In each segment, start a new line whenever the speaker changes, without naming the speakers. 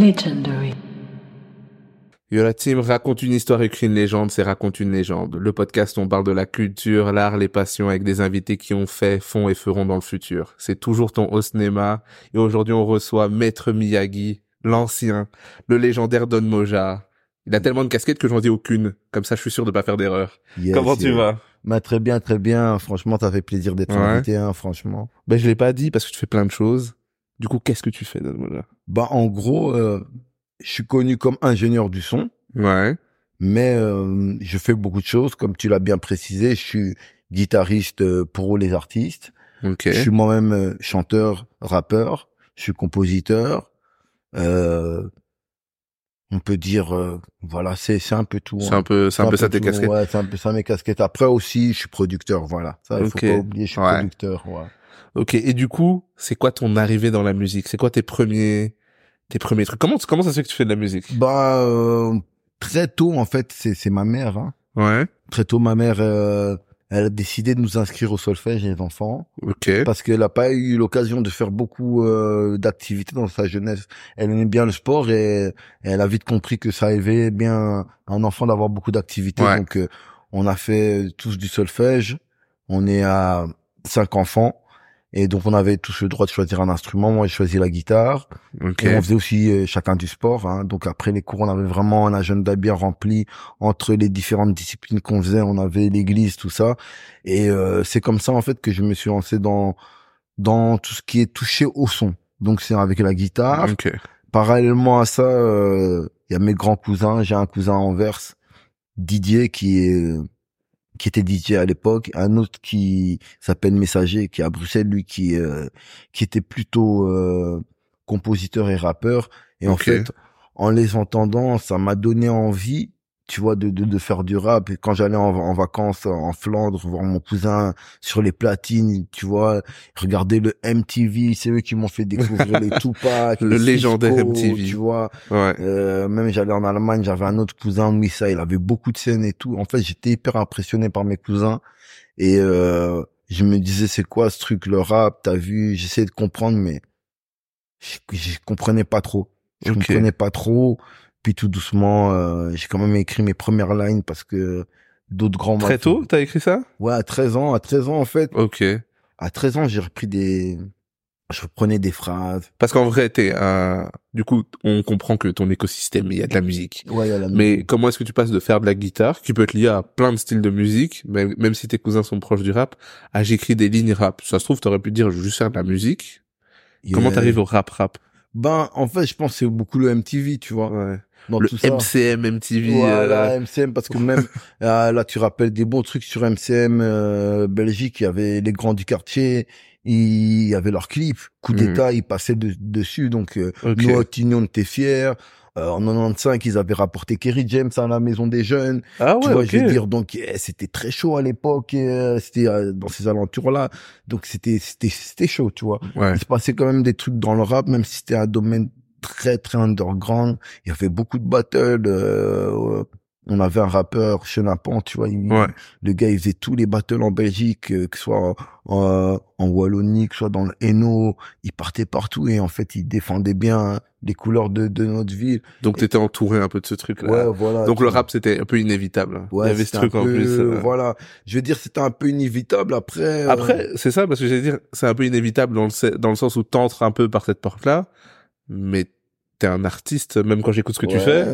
Legendary.
Yola Team raconte une histoire, écrit une légende, c'est raconte une légende. Le podcast, on parle de la culture, l'art, les passions avec des invités qui ont fait, font et feront dans le futur. C'est toujours ton host Nema. Et aujourd'hui, on reçoit Maître Miyagi, l'ancien, le légendaire Don Moja. Il a tellement de casquettes que j'en dis aucune. Comme ça, je suis sûr de pas faire d'erreur.
Yes,
Comment tu
yes.
vas?
Bah, Très bien, très bien. Franchement, ça fait plaisir d'être
Ouais.
invité, hein, franchement.
Ben, je l'ai pas dit parce que tu fais plein de choses. Du coup, qu'est-ce que tu fais, Don Moja?
Bah, en gros, euh, je suis connu comme ingénieur du son,
Ouais.
mais euh, je fais beaucoup de choses. Comme tu l'as bien précisé, je suis guitariste euh, pour les artistes.
Ok.
Je suis moi-même euh, chanteur, rappeur. Je suis compositeur. Euh, on peut dire, euh, voilà, c'est c'est un peu tout.
C'est
hein.
un peu, c'est un peu ça
tout,
tes casquettes.
Ouais, c'est un peu ça mes casquettes. Après aussi, je suis producteur, voilà. Ça, il
Ok.
faut pas oublier, je suis
Ouais.
producteur, ouais.
Ok, et du coup, c'est quoi ton arrivée dans la musique C'est quoi tes premiers tes premiers trucs Comment comment ça se fait que tu fais de la musique
Bah euh, très tôt en fait, c'est c'est ma mère. hein.
Ouais.
Très tôt, ma mère, euh, elle a décidé de nous inscrire au solfège les enfants
Ok.
parce qu'elle n'a pas eu l'occasion de faire beaucoup euh, d'activités dans sa jeunesse. Elle aimait bien le sport et elle a vite compris que ça élevait bien un enfant d'avoir beaucoup d'activités.
Ouais.
Donc euh, on a fait tous du solfège. On est à cinq enfants et donc on avait tous le droit de choisir un instrument. Moi, j'ai choisi la guitare.
Ok.
Et on faisait aussi euh, chacun du sport. hein. Donc après les cours, on avait vraiment un agenda bien rempli entre les différentes disciplines qu'on faisait. On avait l'église, tout ça. Et euh, c'est comme ça en fait que je me suis lancé dans dans tout ce qui est touché au son. Donc c'est avec la guitare.
Ok.
Parallèlement à ça, euh, il y a mes grands cousins. J'ai un cousin à Anvers, Didier, qui est qui était DJ à l'époque. Un autre qui s'appelle Messager, qui est à Bruxelles, lui, qui euh, qui était plutôt euh, compositeur et rappeur. Et en
Ok.
fait, en les entendant, ça m'a donné envie, tu vois, de, de, de faire du rap. Et quand j'allais en, en vacances en Flandre, voir mon cousin sur les platines, tu vois, regarder le MTV, c'est eux qui m'ont fait découvrir les Tupac,
Le
les
légendaire
Cisco,
MTV.
tu vois.
Ouais.
Euh, même j'allais en Allemagne, j'avais un autre cousin, lui, ça, il avait beaucoup de scènes et tout. En fait, j'étais hyper impressionné par mes cousins. Et euh, je me disais, c'est quoi ce truc, le rap, t'as vu J'essayais de comprendre, mais je, je comprenais pas trop. Je
Ok.
comprenais pas trop. Puis tout doucement, euh, j'ai quand même écrit mes premières lines parce que d'autres grands... m'ont
Très
fait-
tôt, t'as écrit ça
Ouais, à 13 ans. À 13 ans, en fait.
Ok.
À 13 ans, j'ai repris des... Je reprenais des phrases.
Parce qu'en vrai, t'es un. Du coup, on comprend que ton écosystème, il y a de la musique.
Ouais, il y a la
Mais comment est-ce que tu passes de faire de la guitare, qui peut être liée à plein de styles de musique, même, même si tes cousins sont proches du rap, à j'écris des lignes rap Ça se trouve, t'aurais pu dire, je veux juste faire de la musique. Comment
Yeah.
t'arrives au rap rap
Ben, en fait, je pense que c'est beaucoup le MTV, tu vois.
Ouais.
Dans
Le
Oh, tout ça.
MCM, MTV.
Voilà,
euh,
MCM, parce que même euh, là, tu rappelles des bons trucs sur MCM euh, Belgique. Il y avait les grands du quartier, il y avait leurs clips, coup
Mhm.
d'état, ils passaient de- dessus. Donc, euh,
ok.
nous, à Tignon, on était fiers. Euh, en 95, ils avaient rapporté Kerry James à la Maison des Jeunes.
Ah
Tu
ouais,
vois,
ok.
je veux dire, donc eh, c'était très chaud à l'époque, eh, c'était euh, dans ces alentours-là, donc c'était c'était c'était chaud, tu vois.
Ouais.
Il se passait quand même des trucs dans le rap, même si c'était un domaine très très underground. Il y avait beaucoup de battles. euh, on avait un rappeur Chenapan, tu vois, il-
Ouais.
le gars il faisait tous les battles en Belgique, euh, que ce soit en, en- euh, en Wallonie, que ce soit dans le Hainaut, il partait partout et en fait il défendait bien hein, les couleurs de, de notre ville.
Donc t'étais entouré un peu de ce truc-là.
Ouais, voilà.
Donc
tu
le
vois.
rap c'était un peu inévitable.
Ouais,
Il y avait ce
c'était
truc
un
en
peu-
plus. euh.
Voilà, je veux dire, c'était un peu inévitable. Après, euh,
Après c'est ça parce que j'allais dire c'est un peu inévitable dans le se- dans le sens où t'entres un peu par cette porte-là, mais t'es un artiste même quand j'écoute ce que tu
ouais.
fais,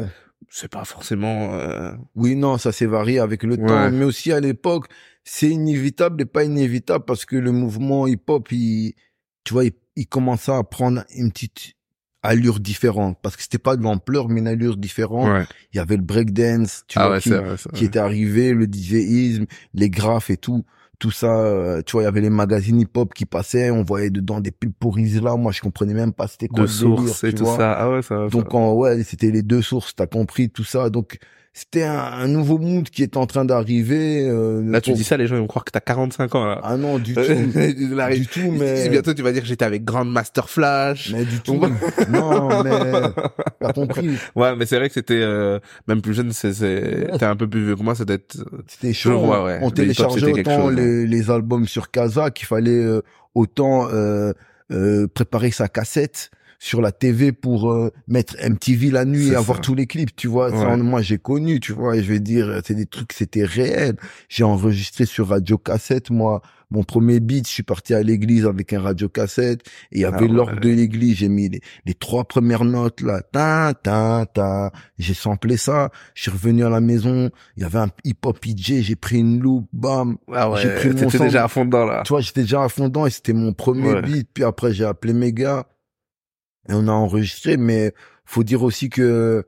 c'est pas forcément. euh,
Oui, non, ça s'est varié avec le
Ouais.
temps, mais aussi à l'époque, c'est inévitable et pas inévitable parce que le mouvement hip-hop, il, tu vois, il, il commençait à prendre une petite allure différente parce que c'était pas de l'ampleur, mais une allure différente.
Ouais.
Il y avait le breakdance, tu
Ah
vois,
ouais,
qui,
c'est vrai. ça.
qui était arrivé, le DJisme, les graphes et tout. Tout ça, euh, tu vois, il y avait les magazines hip-hop qui passaient, on voyait dedans des pubs pour Isla. Moi, je comprenais même pas c'était
De
quoi le délire,
source et
tu
tout
vois.
ça. Ah ouais, ça. va, ça
Donc,
va.
en- ouais, c'était les deux sources, t'as compris, tout ça. Donc, c'était un, un nouveau mood qui est en train d'arriver. euh,
là tu
pour-
dis ça, les gens ils vont croire que t'as 45 ans là.
Ah non, du tout. Ah,
Il arrive.
du tout, mais...
Bientôt tu vas dire j'étais avec Grand Master Flash.
Mais du
On
tout.
va-
non, mais... T'as compris,
Ouais, mais c'est vrai que c'était euh, même plus jeune, c'est c'est- t'es un peu plus vieux que moi, ça doit être
C'était chaud. hein.
vois, ouais.
On
Le hip-hop,
téléchargeait
c'était quelque
autant
chose,
les, les albums sur Casa qu'il fallait euh, autant euh, euh, préparer sa cassette sur la TV pour euh, mettre MTV la nuit
C'est
et avoir
ça.
tous les clips, tu vois. Ça,
Ouais.
on- moi, j'ai connu, tu vois. Et je vais dire, c'est des trucs, c'était réel. J'ai enregistré sur radio cassette, moi. Mon premier beat, je suis parti à l'église avec un radio cassette. Et il y
Ah
avait l'orgue
ouais.
de l'église. J'ai mis les, les trois premières notes là, ta ta ta. J'ai samplé ça. Je suis revenu à la maison. Il y avait un hip hop DJ. J'ai pris une loupe, bam.
Ah
J'ai pris
ouais,
mon
t'étais
sang.
déjà à fond dedans là.
Tu vois, j'étais déjà à fond dedans et c'était mon premier
Ah. Ouais.
beat. Puis après, j'ai appelé mes gars et on a enregistré. Mais faut dire aussi que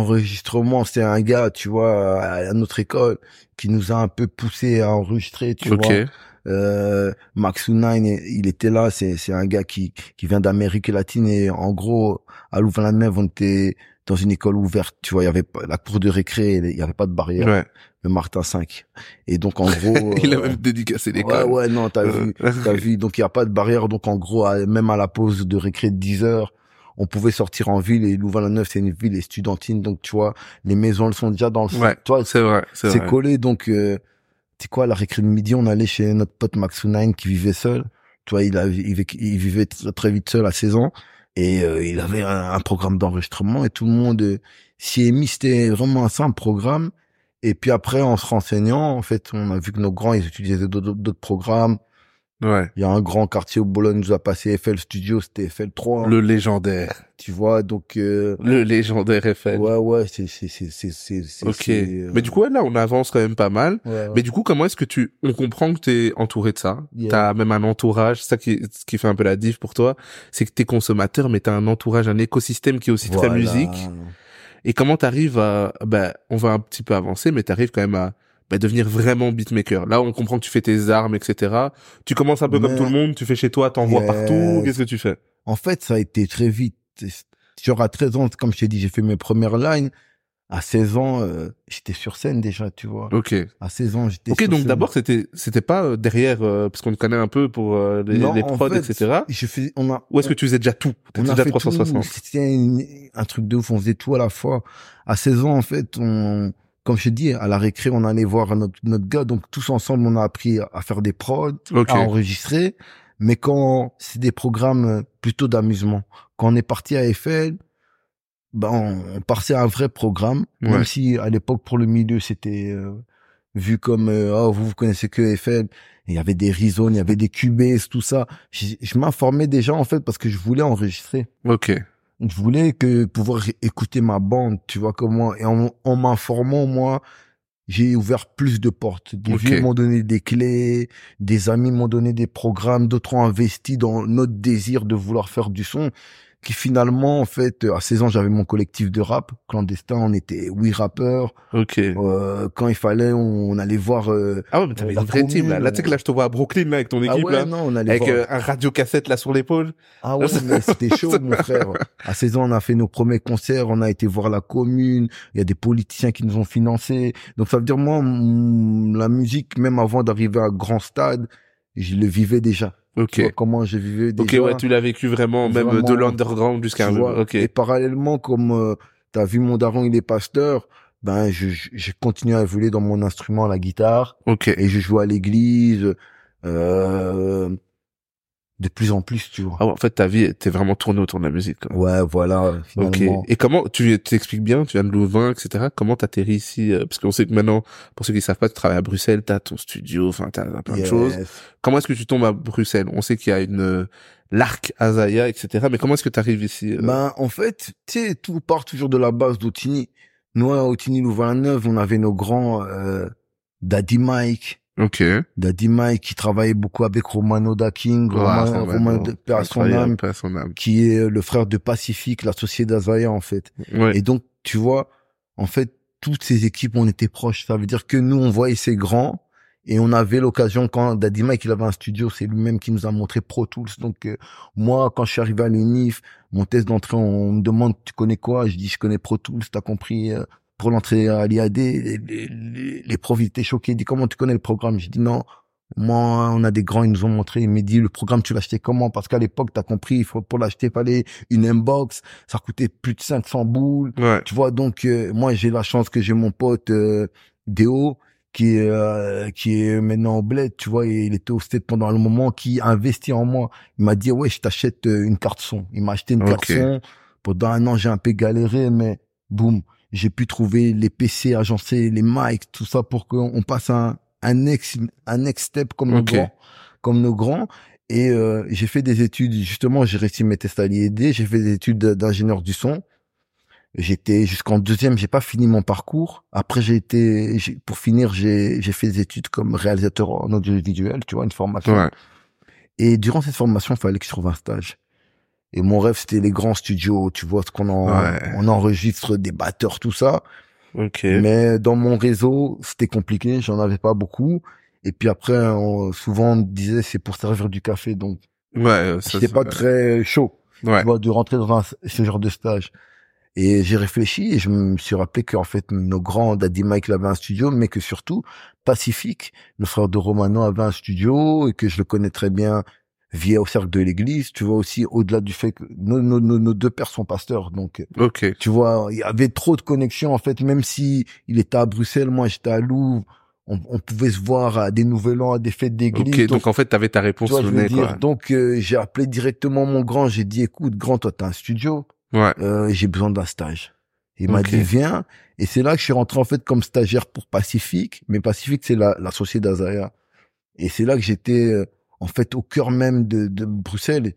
l'enregistrement, c'est un gars, tu vois, à notre école, qui nous a un peu poussé à enregistrer, tu
Ok.
vois. Euh, Max Nine, il était là. C'est c'est un gars qui qui vient d'Amérique latine et en gros, à Louvain-la-Neuve, on était dans une école ouverte. Tu vois, il y avait pas- la cour de récré, il y avait pas de barrière.
Ouais.
Le Martin 5. Et donc en gros,
Il a
euh,
même dédicacé
ouais
l'école. Euh,
ouais non, t'as vu. T'as vu, donc il n'y a pas de barrière. Donc en gros, à- même à la pause de récré de 10 heures, on pouvait sortir en ville et Louvain-la-Neuve, c'est une ville studentine. Donc tu vois, les maisons, elles sont déjà dans le
Ouais,
Toi,
c'est vrai, c'est
c'est
vrai.
collé. Donc, euh, tu sais quoi, à la récré de midi, on allait chez notre pote Max Nine qui vivait seul. Tu vois, il, a- il, vé- il vivait tr- très vite seul à 16 ans. Et euh, il avait un, un programme d'enregistrement et tout le monde euh, s'y est mis. C'était vraiment un simple programme. Et puis après, en se renseignant, en fait, on a vu que nos grands, ils utilisaient d'autres d'autres programmes.
Ouais.
Il y a un grand quartier où Bologne nous a passé FL Studio, c'était FL 3,
Le légendaire,
tu vois, donc euh,
le légendaire
ouais
FL.
ouais, c'est c'est c'est c'est c'est c'est-
ok.
c'est, euh,
Mais du coup, ouais, là, on avance quand même pas mal.
ouais, ouais.
Mais du coup, comment est-ce que tu, on comprend que t'es entouré de ça.
Yeah.
T'as même un entourage. Ça qui, ce qui fait un peu la diff pour toi, c'est que t'es consommateur, mais t'as un entourage, un écosystème qui est aussi
Voilà.
très musique. Et comment t'arrives à, bah, on va un petit peu avancer, mais t'arrives quand même à, bah, devenir vraiment beatmaker. Là, on comprend que tu fais tes armes, etc. Tu commences un peu comme
Mais-
tout le monde, tu fais chez toi, t'envoies
Yes.
partout. Qu'est-ce que tu fais?
En fait, ça a été très vite. Genre à 13 ans, comme je t'ai dit, j'ai fait mes premières lines. À 16 ans, euh, j'étais sur scène déjà, tu vois.
Ok.
À 16 ans, j'étais
Ok,
sur
donc
scène.
d'abord c'était c'était pas euh, derrière euh, parce qu'on te connaît un peu pour euh, les,
Non,
les
en
prods
fait,
etc.
Je fais on a
Ou est-ce que tu faisais déjà tout T'étais
on a
déjà
fait tout.
360.
C'était une- un truc de ouf. On faisait tout à la fois. À 16 ans, en fait, on, comme je te dis, à la récré, on allait voir notre, notre gars. Donc, tous ensemble, on a appris à faire des prods,
Ok.
à enregistrer. Mais quand c'est des programmes euh, plutôt d'amusement, quand on est parti à FL, ben, on, on partait à un vrai programme. Même
Ouais.
si, à l'époque, pour le milieu, c'était, euh, vu comme, euh, oh, vous, vous connaissez que FL. Il y avait des Rizone, il y avait des Cubes, tout ça. Je, je m'informais déjà, en fait, parce que je voulais enregistrer
Ok.
je voulais que pouvoir écouter ma bande, tu vois comment et en, en m'informant moi, j'ai ouvert plus de portes. Des
Ok.
vieux m'ont donné des clés, des amis m'ont donné des programmes, d'autres ont investi dans notre désir de vouloir faire du son qui finalement en fait à 16 ans, j'avais mon collectif de rap clandestin, on était huit rappeurs.
Ok.
Euh, quand il fallait, on, on allait voir euh,
Ah ouais, mais t'avais
la
une vraie team là.
commune,
Là, tu sais que là, je te vois à Brooklyn là avec ton
Ah
équipe
ouais,
là,
non, on allait
avec
voir
euh, un radio cassette là sur l'épaule.
Ah ouais, mais c'était chaud, mon frère. À 16 ans, on a fait nos premiers concerts, on a été voir la commune, il y a des politiciens qui nous ont financés. Donc ça veut dire, moi, mm, la musique, même avant d'arriver à grand stade, je le vivais déjà.
Ok.
Tu vois comment je vivais déjà.
Ok, ouais, tu l'as vécu vraiment, même
Vraiment.
de l'underground jusqu'à
Tu
un.
vois,
Ok.
Et parallèlement, comme euh, t'as vu mon daron, il est pasteur, ben je, je, je continue à évoluer dans mon instrument, la guitare,
Ok.
et je joue à l'église, euh, de plus en plus, tu vois.
Ah ouais, en fait, ta vie était vraiment tournée autour de la musique. quoi.
Ouais, voilà,
Ah. Ok.
finalement.
Et comment tu t'expliques bien Tu viens de Louvain, etc. Comment t'atterris ici euh, Parce qu'on sait que maintenant, pour ceux qui savent pas, tu travailles à Bruxelles, t'as ton studio, enfin t'as plein de
Yes.
choses. Comment est-ce que tu tombes à Bruxelles On sait qu'il y a une euh, l'arc Azaya, etc. Mais comment est-ce que t'arrives ici euh
Ben, en fait, tu sais, tout part toujours de la base d'Outini. Nous, à Outini Louvain-la-Neuve, on avait nos grands euh, Daddy Mike.
Ok.
Daddy Mike qui travaillait beaucoup avec Romano Da King,
Ouah,
Roman-
Romano.
Romano de Père à son
Incroyable,
âme,
paix à son âme.
qui est le frère de Pacifique, l'associé d'Azaya, en fait.
Ouais.
Et donc, tu vois, en fait, toutes ces équipes, on était proches. Ça veut dire que nous, on voyait ces grands et on avait l'occasion quand Daddy Mike, il avait un studio, c'est lui-même qui nous a montré Pro Tools. Donc, euh, moi, quand je suis arrivé à l'UNIF, mon test d'entrée, on me demande, tu connais quoi? Je dis, je connais Pro Tools, t'as compris? euh, pour l'entrée à l'IAD, les, les, les profs ils étaient choqués. Ils disent, comment tu connais le programme? Je dis, non. Moi, on a des grands, ils nous ont montré. Ils m'ont dit, le programme, tu l'achetais comment? Parce qu'à l'époque, t'as compris, il faut, pour l'acheter, il fallait une inbox. Ça coûtait plus de 500 boules.
Ouais.
Tu vois, donc euh, moi j'ai la chance que j'ai mon pote euh, Déo qui est euh, qui est maintenant au bled, tu vois, il était au stade pendant le moment, qui investit en moi. Il m'a dit ouais, je t'achète euh, une carte son. Il m'a acheté une carte
Ok.
son. Pendant un an, j'ai un peu galéré, mais boum, j'ai pu trouver les PC agencés, les mics, tout ça pour qu'on on passe un un next un next step comme
Ok.
nos grands, comme nos grands. Et euh, j'ai fait des études justement, j'ai réussi mes tests à l'IED, j'ai fait des études d'ingénieur du son. J'étais jusqu'en deuxième, j'ai pas fini mon parcours. Après, j'ai été, j'ai- pour finir, j'ai j'ai fait des études comme réalisateur en audiovisuel, tu vois, une formation.
Ouais.
Et durant cette formation, il fallait que je trouve un stage. Et mon rêve, c'était les grands studios, tu vois, ce qu'on en,
Ouais.
on enregistre des batteurs, tout ça.
Ok.
Mais dans mon réseau, c'était compliqué, j'en avais pas beaucoup. Et puis après, on- souvent, on me disait, c'est pour servir du café, donc
Ouais, ça,
c'était
ça-
pas très chaud
Ouais.
tu vois, de rentrer dans un- ce genre de stage. Et j'ai réfléchi et je me suis rappelé qu'en fait, nos grands, Daddy Mike avait un studio, mais que surtout, Pacifique, le frère de Romano avait un studio et que je le connais très bien via au cercle de l'église. Tu vois aussi, au-delà du fait que nos, nos, nos, nos deux pères sont pasteurs. Donc,
Ok.
tu vois, il y avait trop de connexions en fait, même si il était à Bruxelles, moi j'étais à Louvre. On, on pouvait se voir à des nouvel an, à des fêtes d'église.
Ok.
donc
Donc en fait, t'avais ta réponse
tu vois,
sous
je
le
veux
nez,
dire,
quoi.
donc euh, j'ai appelé directement mon grand, j'ai dit écoute grand, toi t'as un studio,
Ouais.
euh, j'ai besoin d'un stage. Il m'a
Ok.
dit viens, et c'est là que je suis rentré en fait comme stagiaire pour Pacifique, mais Pacifique c'est la, la société d'Azaya, et c'est là que j'étais euh, en fait au cœur même de, de Bruxelles.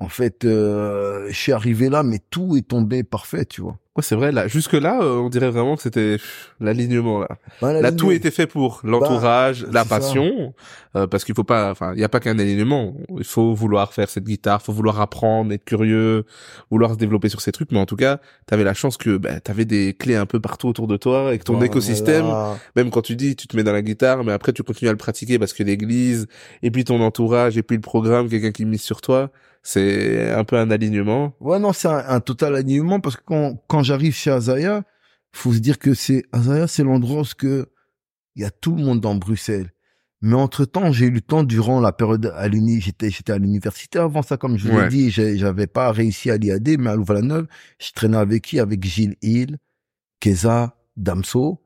En fait, euh, je suis arrivé là, mais tout est tombé parfait, tu vois.
Ouais, c'est vrai. Là, jusque là, on dirait vraiment que c'était pff, l'alignement là.
Ben, la
Là,
ligne-
tout était fait pour l'entourage,
Bah,
la
c'est ça.
passion, euh, parce qu'il faut pas, enfin, il y a pas qu'un alignement. Il faut vouloir faire cette guitare, faut vouloir apprendre, être curieux, vouloir se développer sur ces trucs. Mais en tout cas, t'avais la chance que bah, t'avais des clés un peu partout autour de toi et que ton
Voilà.
écosystème, même quand tu dis, tu te mets dans la guitare, mais après tu continues à le pratiquer parce que l'église et puis ton entourage et puis le programme, quelqu'un qui mise sur toi, c'est un peu un alignement.
Ouais, non, c'est un, un total alignement parce que quand, quand j'arrive chez Azaya, faut se dire que c'est Azaya, c'est l'endroit où ce que il y a tout le monde dans Bruxelles. Mais entre temps, j'ai eu le temps durant la période à l'uni, j'étais j'étais à l'université avant ça, comme je vous
Ouais.
l'ai dit, j'ai- j'avais pas réussi à l'IAD, mais à Louvain-la-Neuve, je traînais avec qui Avec Gilles Hill, Keza, Damso.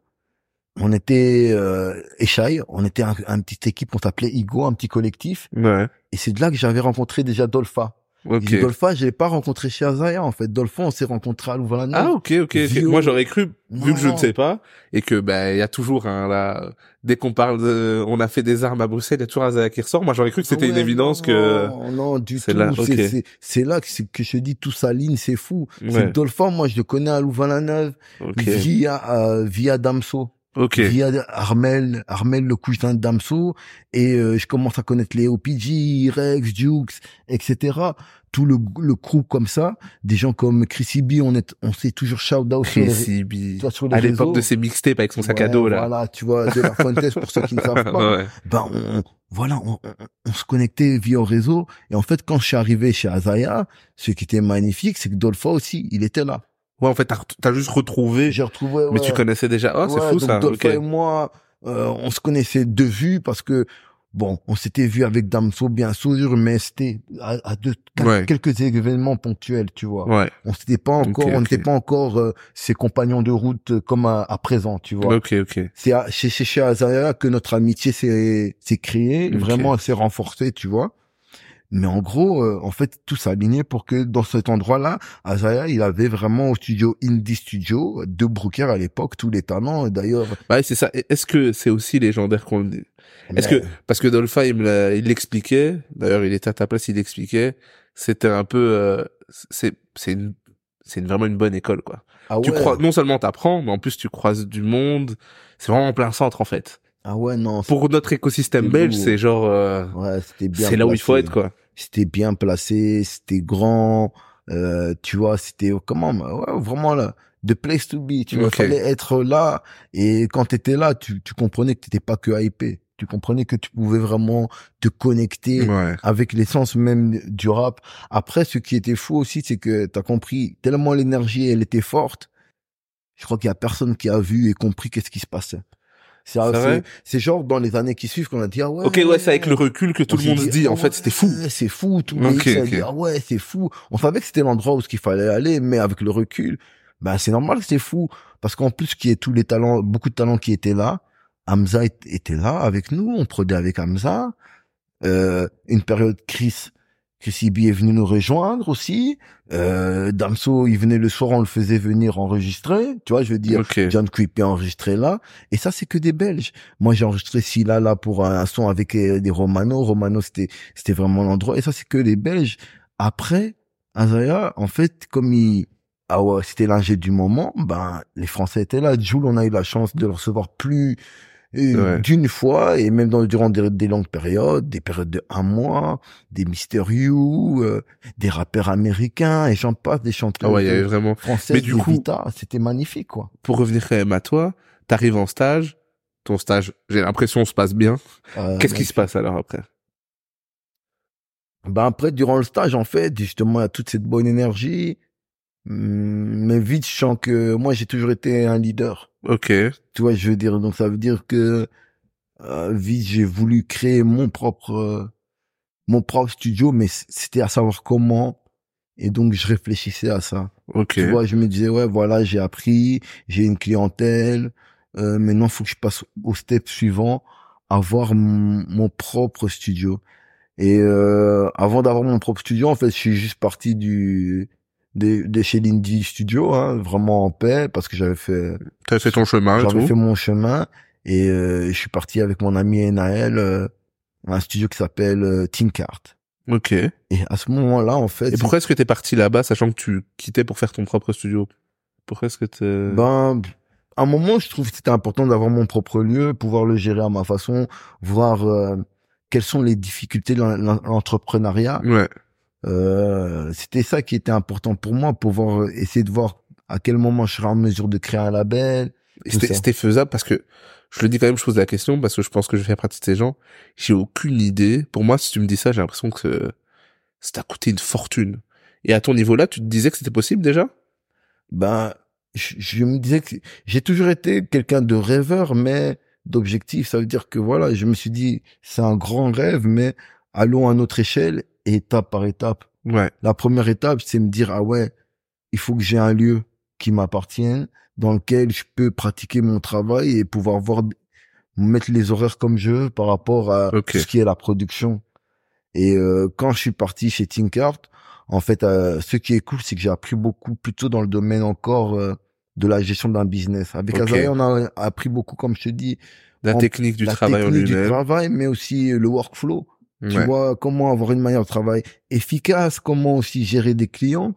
On était euh, Echaï, on était un, un petite équipe, on s'appelait Igo, un petit collectif,
Ouais.
et c'est de là que j'avais rencontré déjà Dolpha.
Ok.
Et Dolpha, je l'ai pas rencontré chez Azaya, en fait. Dolpha, on s'est rencontré à Louvain-la-Neuve.
Ah ok ok. ok.
Vio.
Moi j'aurais cru vu
Non,
que je ne
non.
sais pas et que ben il y a toujours hein, là dès qu'on parle de on a fait des armes à Bruxelles il y a toujours Azaya qui ressort. Moi j'aurais cru que c'était
Ah
une
ouais,
évidence
non,
que
Non, non, du
c'est
tout.
là, ok.
C'est- C'est c'est là que, c'est- que je dis tout s'aligne, c'est fou. C'est
ouais.
Dolphin, moi, je le connais à Louvain-la-Neuve,
ok
via, euh, via Damso,
ok
via Armel, Armel le cousin de Damso, et euh, je commence à connaître les OPG, Rex, Dukes, etc. Tout le, le crew comme ça, des gens comme Chrissy B, on est, on s'est toujours shout-out sur les,
Chrissy B.
tu vois, sur les
à l'époque
réseaux.
de ses mixtapes avec son sac à
Ouais,
dos là.
Voilà, tu vois, de la Fuentes, pour ceux qui ne savent pas
ouais.
ben on, on- voilà, on, on- on se connectait via au réseau. Et en fait, quand je suis arrivé chez Azaya, ce qui était magnifique, c'est que Dolpha aussi, il était là.
Ouais, en fait t'as re- t'as juste retrouvé.
J'ai retrouvé.
Mais tu
ouais.
connaissais déjà. Oh, c'est
Ouais,
fou
donc
ça.
Dolpha
ok.
et moi, euh, on se connaissait de vue parce que bon, on s'était vu avec Damso bien sûr, mais c'était à, à deux, quatre-
Ouais.
quelques événements ponctuels, tu vois.
Ouais.
On s'était pas encore,
Ok,
on
ok.
n'était pas encore euh, ses compagnons de route euh, comme à, à présent, tu vois.
Ok, ok.
C'est à- chez, chez, chez Azaya que notre amitié s'est s'est créée,
Ok.
vraiment elle s'est renforcée, tu vois. Mais en gros, euh, en fait, tout s'alignait pour que dans cet endroit-là, Azaya, il avait vraiment au studio Indie Studio de Brooker à l'époque, tous les talents. Et D'ailleurs,
Bah, ouais, c'est ça. Et Est-ce que c'est aussi légendaire qu'on le dit Est-ce
mais-
que parce que Dolpha, il me l'a- il l'expliquait. D'ailleurs, il était à ta place, il l'expliquait. C'était un peu. euh, c'est c'est une c'est une- vraiment une bonne école quoi.
ah
Tu
ouais,
crois non seulement t'apprends, mais en plus tu croises du monde. C'est vraiment en plein centre en fait.
ah ouais, non,
Pour notre écosystème
C'est
belge,
lourd.
c'est genre euh,
ouais, c'était bien.
c'est là où il
placé.
faut être quoi.
C'était bien placé, c'était grand. euh, tu vois, c'était comment ouais, vraiment là, the place to be. Tu vois,
Ok.
fallait être là. Et quand t'étais là, tu, tu comprenais que t'étais pas que hypé. Tu comprenais que tu pouvais vraiment te connecter.
Ouais.
avec l'essence même du rap. Après, ce qui était fou aussi, c'est que t'as compris tellement l'énergie, elle était forte. Je crois qu'il y a personne qui a vu et compris qu'est-ce qui se passait. C'est
C'est vrai
c'est- c'est genre dans les années qui suivent qu'on a dit ah ouais.
Ok, ouais, c'est avec le recul que tout
On
le
s'est
monde se dit.
ah
En fait, c'était fou.
ouais, C'est fou. Tout le monde
Ok,
s'est
ok.
dit ah ouais, c'est fou. On savait que c'était l'endroit où ce qu'il fallait aller, mais avec le recul, bah c'est normal que c'est fou parce qu'en plus qu'il y ait tous les talents, beaucoup de talents qui étaient là. Hamza est- était là avec nous, on prenait avec Hamza. Euh, une période, Chris, Chris Ibi est venu nous rejoindre aussi. Euh, Damso, il venait le soir, on le faisait venir enregistrer. Tu vois, je veux dire,
Ok.
John Creepy a enregistré là. Et ça, c'est que des Belges. Moi, j'ai enregistré Silla là pour un, un son avec euh, des Romano. Romano, c'était, c'était vraiment l'endroit. Et ça, c'est que des Belges. Après, Azaya, en fait, comme il, ah ouais, c'était l'ingé du moment, ben, les Français étaient là. Jules, on a eu la chance de le recevoir plus euh,
Ouais.
d'une fois, et même dans, durant des, des longues périodes, des périodes de un mois, des Mister You, euh, des rappeurs américains, et j'en passe, des chanteurs
Ah ouais, il y avait vraiment.
français,
Mais du
des
coup-
Vita. C'était magnifique, quoi.
Pour revenir quand même à toi, t'arrives en stage. Ton stage, j'ai l'impression, se passe bien.
Euh,
Qu'est-ce qui se passe alors après
Ben après, durant le stage, en fait, justement, il y a toute cette bonne énergie. Hum, Mais vite, je sens que moi, j'ai toujours été un leader.
Ok.
Tu vois, je veux dire, donc ça veut dire que euh, vite, j'ai voulu créer mon propre euh, mon propre studio, mais c- c'était à savoir comment. Et donc, je réfléchissais à ça.
Ok.
Tu vois, je me disais, ouais, voilà, j'ai appris, j'ai une clientèle. Euh, maintenant, faut que je passe au step suivant, avoir mon, mon propre studio. Et euh, avant d'avoir mon propre studio, en fait, je suis juste parti du de, de chez l'Indie Studio, hein, vraiment en paix, parce que j'avais fait
T'as fait ton chemin et
j'avais
tout.
fait mon chemin et euh, je suis parti avec mon ami Naël euh, à un studio qui s'appelle euh, Team Cart.
Ok. Et
Et à ce moment-là, en fait,
pourquoi est-ce que t'es parti là-bas, sachant que tu quittais pour faire ton propre studio Pourquoi est-ce que t'es...
Ben, à un moment, je trouve que c'était important d'avoir mon propre lieu, pouvoir le gérer à ma façon, voir euh, quelles sont les difficultés de l'en- l'en- l'entrepreneuriat.
Ouais.
Euh, c'était ça qui était important pour moi, pouvoir essayer de voir à quel moment je serai en mesure de créer un label.
Et
Tout
C'était
ça.
c'était faisable parce que je le dis quand même, je pose la question parce que je pense que je vais faire partie de ces gens. J'ai aucune idée. Pour moi, si tu me dis ça, j'ai l'impression que euh, ça t'a coûté une fortune. Et à ton niveau-là, tu te disais que c'était possible déjà
Ben, je, je me disais que j'ai toujours été quelqu'un de rêveur, mais d'objectif. Ça veut dire que voilà, je me suis dit, c'est un grand rêve, mais allons à notre échelle, étape par étape.
Ouais.
La première étape, c'est me dire, ah ouais, il faut que j'ai un lieu qui m'appartienne, dans lequel je peux pratiquer mon travail et pouvoir voir, mettre les horaires comme je veux par rapport à
Ok.
tout ce qui est la production. Et euh, quand je suis parti chez Tinkart, en fait, euh, ce qui est cool, c'est que j'ai appris beaucoup plutôt dans le domaine encore euh, de la gestion d'un business. Avec
Ok.
Azalea, on a appris beaucoup, comme je te dis,
La
En-
technique du
la
travail en
technique du
lui-même.
travail, mais aussi euh, le workflow. Tu
Ouais.
vois comment avoir une manière de travail efficace, comment aussi gérer des clients.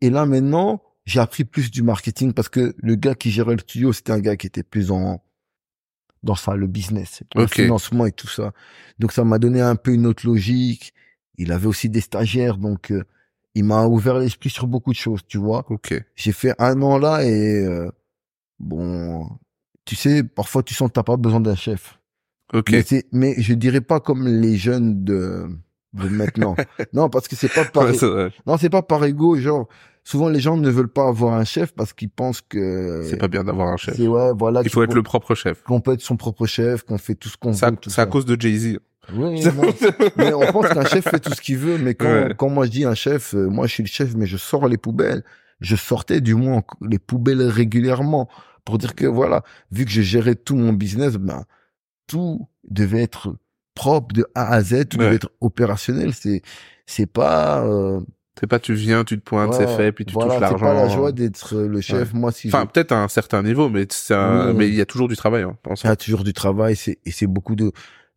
Et là maintenant, j'ai appris plus du marketing parce que le gars qui gérait le studio, c'était un gars qui était plus en dans ça, le business, le
Ok.
financement et tout ça. Donc ça m'a donné un peu une autre logique. Il avait aussi des stagiaires, donc euh, il m'a ouvert l'esprit sur beaucoup de choses, tu vois.
Ok.
J'ai fait un an là et euh, bon, tu sais, parfois tu sens que t'as pas besoin d'un chef.
Ok.
Mais, c'est- mais je dirais pas comme les jeunes de, de maintenant. non, parce que c'est pas par,
Ouais, c'est vrai.
non, c'est pas par ego, genre, souvent les gens ne veulent pas avoir un chef parce qu'ils pensent que.
C'est pas bien d'avoir un chef.
c'est- ouais, voilà.
Il
qu'il
faut être le propre chef.
Qu'on peut être son propre chef, qu'on fait tout ce qu'on
C'est à-
veut. tout
c'est à
ça.
cause de Jay-Z.
Oui, non. mais on pense qu'un chef fait tout ce qu'il veut, mais quand,
Ouais.
quand moi je dis un chef, euh, moi je suis le chef, mais je sors les poubelles. Je sortais du moins les poubelles régulièrement pour dire que voilà, vu que je gérais tout mon business, ben tout devait être propre de A à Z, tout
Ouais.
devait être opérationnel. C'est c'est pas euh,
C'est pas tu viens, tu te pointes, c'est
ouais,
fait, puis tu
voilà,
touches
c'est pas la
l'argent.
joie d'être euh, le chef. Moi, si je-
Enfin, peut-être à un certain niveau, mais c'est un-
Oui.
mais il y a toujours du travail. Hein, en
Il y
soi.
a toujours du travail, c'est et c'est beaucoup de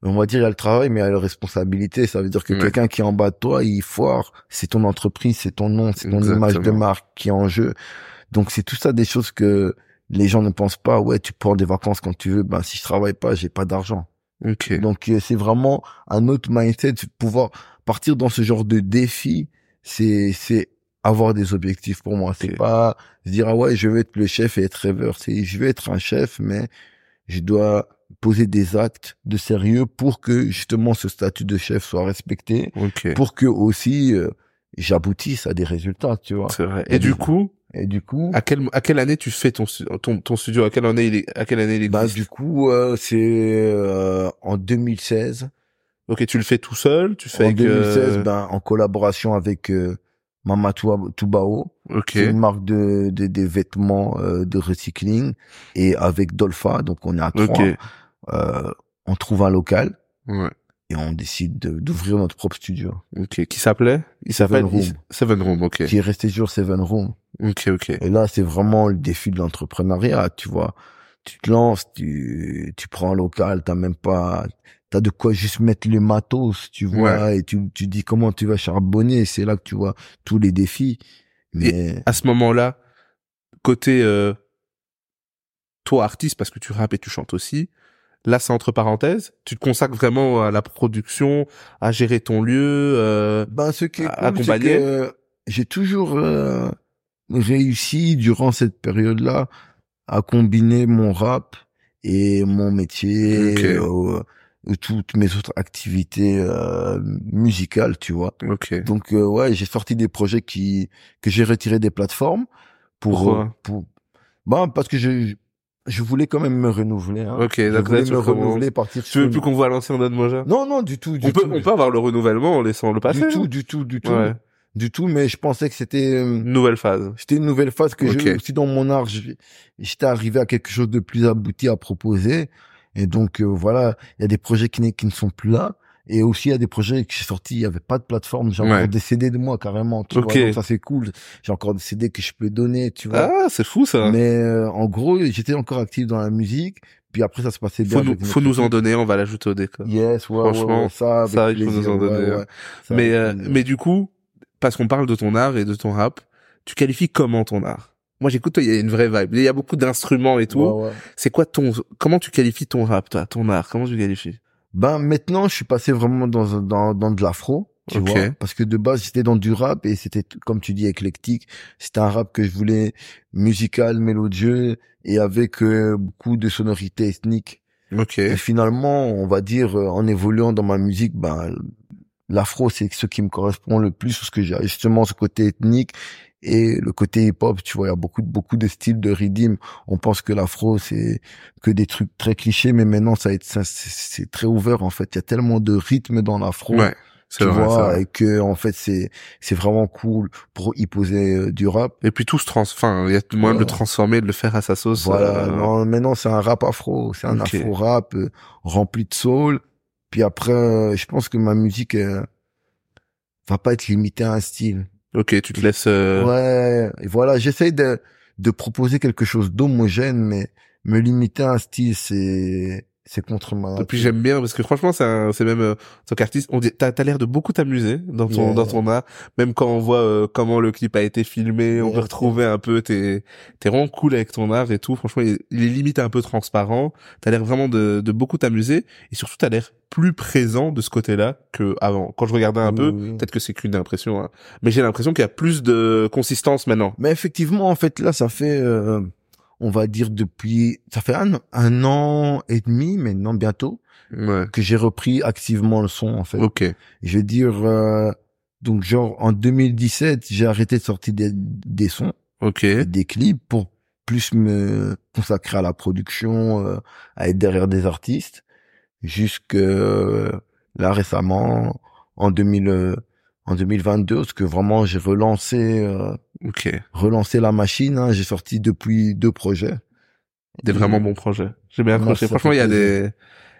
on va dire il y a le travail mais il y a la responsabilité, ça veut dire que
Ouais.
quelqu'un qui est en bas de toi, il foire, c'est ton entreprise, c'est ton nom, c'est ton image de
Exactement.
marque qui est en jeu. Donc c'est tout ça des choses que les gens ne pensent pas, ouais, tu prends des vacances quand tu veux, ben si je travaille pas, j'ai pas d'argent.
Ok.
Donc euh, c'est vraiment un autre mindset de pouvoir partir dans ce genre de défi, c'est c'est avoir des objectifs pour moi, c'est
Ok.
pas se dire ah ouais, je veux être le chef et être rêveur, c'est je veux être un chef mais je dois poser des actes de sérieux pour que justement ce statut de chef soit respecté,
Ok.
pour que aussi euh, j'aboutisse à des résultats, tu vois.
C'est vrai.
Il y a
Et du
des-
coup,
Et du coup,
à quelle à quelle année tu fais ton stu- ton, ton studio À quelle année il est, à quelle année il
bah
existe
du coup euh, c'est euh, en 2016
Ok, tu le fais tout seul, tu fais
En
avec,
2016,
euh,
ben, en collaboration avec euh, Mama Tua- Tubao,
Ok.
qui est une marque de, de des vêtements euh, de recycling, et avec Dolpha, donc on est à trois.
Ok.
euh, on trouve un local
Ouais.
et on décide de- d'ouvrir notre propre studio
Ok. Qui s'appelait Il s'appelle
Room.
il- Seven Room. Ok.
qui est resté sur Seven Room.
Ok. Ok.
Et là, c'est vraiment le défi de l'entrepreneuriat, tu vois. Tu te lances, tu, tu prends un local, t'as même pas, t'as de quoi juste mettre les matos, tu vois, et tu, tu dis comment tu vas charbonner, c'est là que tu vois tous les défis. Mais
à ce moment-là, côté euh, toi artiste, parce que tu rappes et tu chantes aussi, là c'est entre parenthèses, tu te consacres vraiment à la production, à gérer ton lieu. euh,
ben, ce qui est
à-
cool, c'est
accompagner.
que j'ai toujours euh, réussi durant cette période-là à combiner mon rap et mon métier,
Ok.
euh, ou toutes mes autres activités euh, musicales, tu vois.
Ok.
Donc euh, ouais, j'ai sorti des projets qui que j'ai retirés des plateformes pour
Pourquoi
euh, pour ben parce que je je voulais quand même me renouveler. Hein.
Ok,
je
d'accord,
voulais
je
me
comprends.
renouveler partir
Tu
sur
veux
une-
plus qu'on voit l'ancien Don Moja
Non non du tout du
on peut,
tout.
on peut avoir le renouvellement en laissant le passé.
du tout
hein
du tout du tout
Ouais.
du tout mais je pensais que c'était euh,
Nouvelle phase.
c'était une nouvelle phase que je
Ok.
aussi dans mon art je- j'étais arrivé à quelque chose de plus abouti à proposer et donc euh, voilà il y a des projets qui, n'est- qui ne sont plus là et aussi il y a des projets que j'ai sortis il y avait pas de plateforme j'ai
Ouais.
encore des CD de moi carrément tu
Ok.
vois donc ça c'est cool j'ai encore des CD que je peux donner tu vois
Ah, c'est fou ça.
mais euh, en gros j'étais encore actif dans la musique puis après ça se passait bien
faut nous,
avec notre
faut nous en
équipe.
donner, on va l'ajouter au décor.
yes ouais, ouais,
Franchement,
ouais, ça avec
ça, il faut nous
plaisir,
en
ouais,
donner,
ouais,
hein.
ça,
Mais,
avec
euh,
plaisir.
mais du coup, parce qu'on parle de ton art et de ton rap, tu qualifies comment ton art Moi, j'écoute, il y a une vraie vibe. Il y a beaucoup d'instruments et tout.
Ouais, ouais.
C'est quoi ton Comment tu qualifies ton rap, toi Ton art Comment tu qualifies
Ben maintenant, je suis passé vraiment dans dans dans de l'afro, tu
Ok.
vois, parce que de base j'étais dans du rap et c'était comme tu dis éclectique. C'était un rap que je voulais musical, mélodieux et avec euh, beaucoup de sonorités ethniques.
Ok.
Et finalement, on va dire euh, en évoluant dans ma musique, ben l'afro c'est ce qui me correspond le plus parce que j'ai justement ce côté ethnique et le côté hip-hop, tu vois, il y a beaucoup beaucoup de styles de rythme. On pense que l'afro c'est que des trucs très clichés, mais maintenant ça, est- ça c'est- c'est très ouvert en fait. Il y a tellement de rythme dans l'afro,
Ouais.
tu
C'est vrai, c'est
vois,
vrai.
et que en fait c'est c'est vraiment cool pour y poser euh, du rap.
Et puis tout se trans. Enfin, il y a moyen de le
Ouais.
transformer, de le faire à sa sauce.
Voilà,
euh,
non, maintenant c'est un rap afro, c'est un
Ok.
afro rap euh, rempli de soul. Puis après, euh, je pense que ma musique euh, va pas être limitée à un style.
Ok. Tu te laisses. euh,
Ouais, et voilà, j'essaye de, de proposer quelque chose d'homogène, mais me limiter à un style, c'est, c'est contre ma
Et puis
nature.
j'aime bien parce que franchement c'est un- c'est même euh, en tant qu'artiste on dit t'as t'as l'air de beaucoup t'amuser dans ton
Yeah.
dans ton art même quand on voit euh, comment le clip a été filmé on peut
Yeah.
retrouver un peu t'es t'es vraiment cool avec ton art et tout franchement il, il est limite un peu transparent t'as l'air vraiment de de beaucoup t'amuser et surtout t'as l'air plus présent de ce côté là que avant quand je regardais un
Oui,
peu
oui.
peut-être que c'est qu'une impression hein, mais j'ai l'impression qu'il y a plus de consistance maintenant
Mais effectivement, en fait, là, ça fait, euh, on va dire depuis, ça fait un, un an et demi maintenant, bientôt,
ouais
que j'ai repris activement le son, en fait.
ok
Je veux dire, euh, donc genre, en 2017, j'ai arrêté de sortir des, des sons.
ok
et des clips pour plus me consacrer à la production, euh, à être derrière des artistes, jusque euh, là récemment en 2000 euh, en 2022 parce que vraiment j'ai relancé euh,
ok
relancé la machine, hein. j'ai sorti depuis deux projets.
des vraiment bons projets j'ai bien accroché
Merci, Mhm. ça
franchement
fait
il y a
plaisir.
des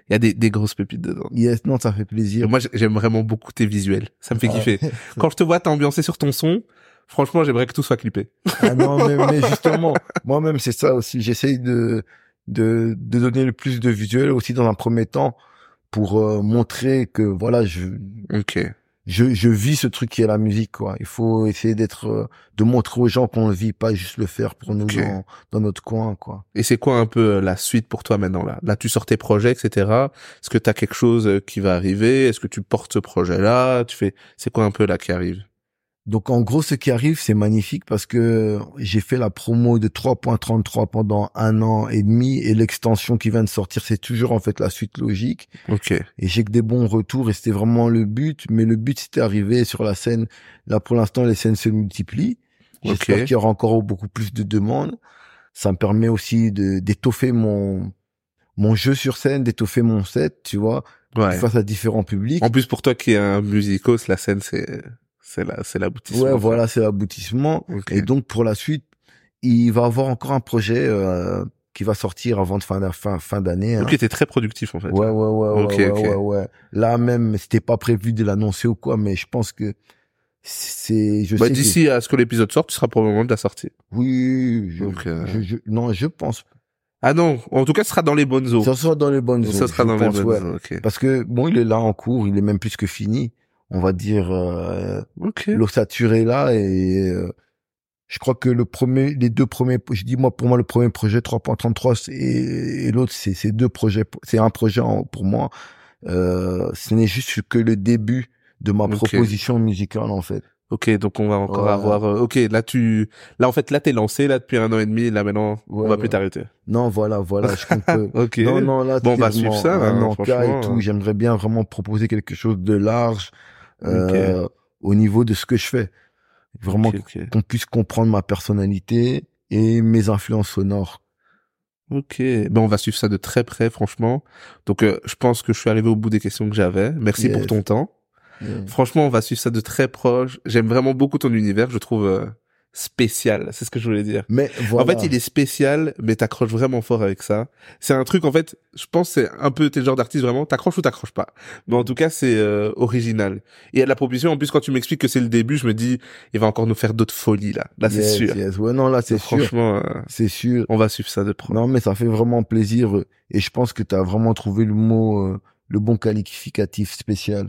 il y a des des grosses pépites dedans
Yes, non, ça fait
Et
plaisir.
moi, j'ai- j'aime vraiment beaucoup tes visuels. Ça me fait
Ah,
kiffer. Quand je te vois t'ambiancer sur ton son, franchement, j'aimerais que tout soit clippé.
Ah non, mais, mais justement, moi-même, c'est ça aussi. J'essaye de, de, de donner le plus de visuels aussi dans un premier temps pour euh, montrer que voilà, je,
Ok.
je, je vis ce truc qui est la musique quoi. Il faut essayer d'être euh, de montrer aux gens qu'on le vit pas juste le faire pour nous
Ok.
dans, dans notre coin quoi.
Et c'est quoi un peu euh, la suite pour toi maintenant là Là, tu sors tes projets, etc. Est-ce que t'as quelque chose euh, qui va arriver Est-ce que tu portes ce projet-là Tu fais C'est quoi un peu là qui arrive
Donc en gros ce qui arrive c'est magnifique parce que j'ai fait la promo de 3.33 pendant un an et demi et l'extension qui vient de sortir c'est toujours en fait la suite logique
Ok.
et j'ai que des bons retours et c'était vraiment le but mais le but c'était arrivé sur la scène là pour l'instant les scènes se multiplient j'espère
Ok.
qu'il y aura encore beaucoup plus de demandes ça me permet aussi de d'étoffer mon mon jeu sur scène, d'étoffer mon set, tu vois,
Ouais.
face à différents publics.
En plus, pour toi qui est un musicos, la scène, c'est c'est la c'est l'aboutissement.
Ouais,
quoi.
voilà, c'est l'aboutissement.
Ok.
Et donc pour la suite, il va avoir encore un projet euh, qui va sortir avant de fin d'année. Fin, fin d'année
Donc,
hein.
il était très productif, en fait.
Ouais, ouais, ouais,
Ok,
ouais,
ok.
ouais, ouais, ouais. Là même, c'était pas prévu de l'annoncer ou quoi, mais je pense que c'est, je
Bah,
sais que-
d'ici à ce que l'épisode sorte, tu seras probablement de la sortie.
oui, je,
Donc, euh,
je- je- non, je pense.
Ah non, en tout cas, ce sera dans les bonnes eaux.
Ça sera dans les bonnes
Ça
zones,
sera
je
dans
pense,
les bonnes
ouais.
eaux, ok.
Parce que bon, il est là en cours, il est même plus que fini. On va dire, euh,
Ok.
l'ossature est là et euh, je crois que le premier, les deux premiers, je dis moi pour moi le premier projet 3.33 et, et l'autre c'est c'est deux projets, c'est un projet en- pour moi. Euh, ce n'est juste que le début de ma
Ok.
proposition musicale en fait.
Ok, donc on va encore
Ouais.
avoir. euh, ok, là tu, là en fait, là t'es lancé là depuis un an et demi. Là maintenant, on
Ouais,
va
ouais.
plus t'arrêter.
Non voilà voilà, je compte. euh,
Ok.
Non non là
Bon, on va
c'est vraiment
suivre ça, hein,
un encas et
franchement, hein.
tout. J'aimerais bien vraiment proposer quelque chose de large euh, au niveau de ce que je fais. Vraiment
Ok, ok.
qu'on puisse comprendre ma personnalité et mes influences sonores.
Ok. Ben on va suivre ça de très près, franchement. Donc euh, je pense que je suis arrivé au bout des questions que j'avais. Merci pour
Yes.
ton temps. Franchement, on va suivre ça de très proche. J'aime vraiment beaucoup ton univers. Je trouve euh, spécial. C'est ce que je voulais dire.
Mais voilà.
En fait, il est spécial, mais t'accroches vraiment fort avec ça. C'est un truc, en fait, je pense, que c'est un peu tes genre d'artiste vraiment. T'accroches ou t'accroches pas. Mais en tout cas, c'est euh, original. Et la proposition, en plus, quand tu m'expliques que c'est le début, je me dis, il va encore nous faire d'autres folies là. Là, c'est
Yes,
sûr.
yes. Ouais, non, là, c'est sûr.
Franchement, euh,
C'est sûr.
on va suivre ça de proche.
Non, mais ça fait vraiment plaisir. euh, Et je pense que tu as vraiment trouvé le mot, euh, le bon qualificatif spécial.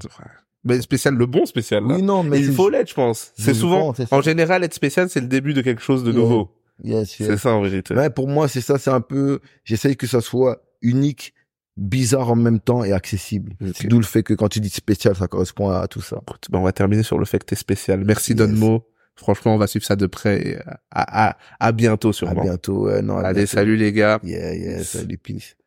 Mais spécial, le bon spécial. Là.
Oui, non, mais
il
c'est-
faut l'être, je pense.
je
C'est souvent,
pense, c'est ça.
en général, être spécial, c'est le début de quelque chose de
Yeah.
nouveau.
Yes, yes.
C'est ça en vérité.
Ouais, pour moi, c'est ça, c'est un peu, j'essaye que ça soit unique, bizarre en même temps et accessible.
Ok.
C'est D'où le fait que quand tu dis spécial, ça correspond à tout ça.
Écoute, ben, on va terminer sur le fait que t'es spécial. Merci
Yes.
Donmo. Franchement, on va suivre ça de près. et, euh, à, à, à bientôt
À
sûrement.
bientôt, ouais, non, à
Allez,
bientôt.
salut les gars.
Yeah, yeah, salut, peace.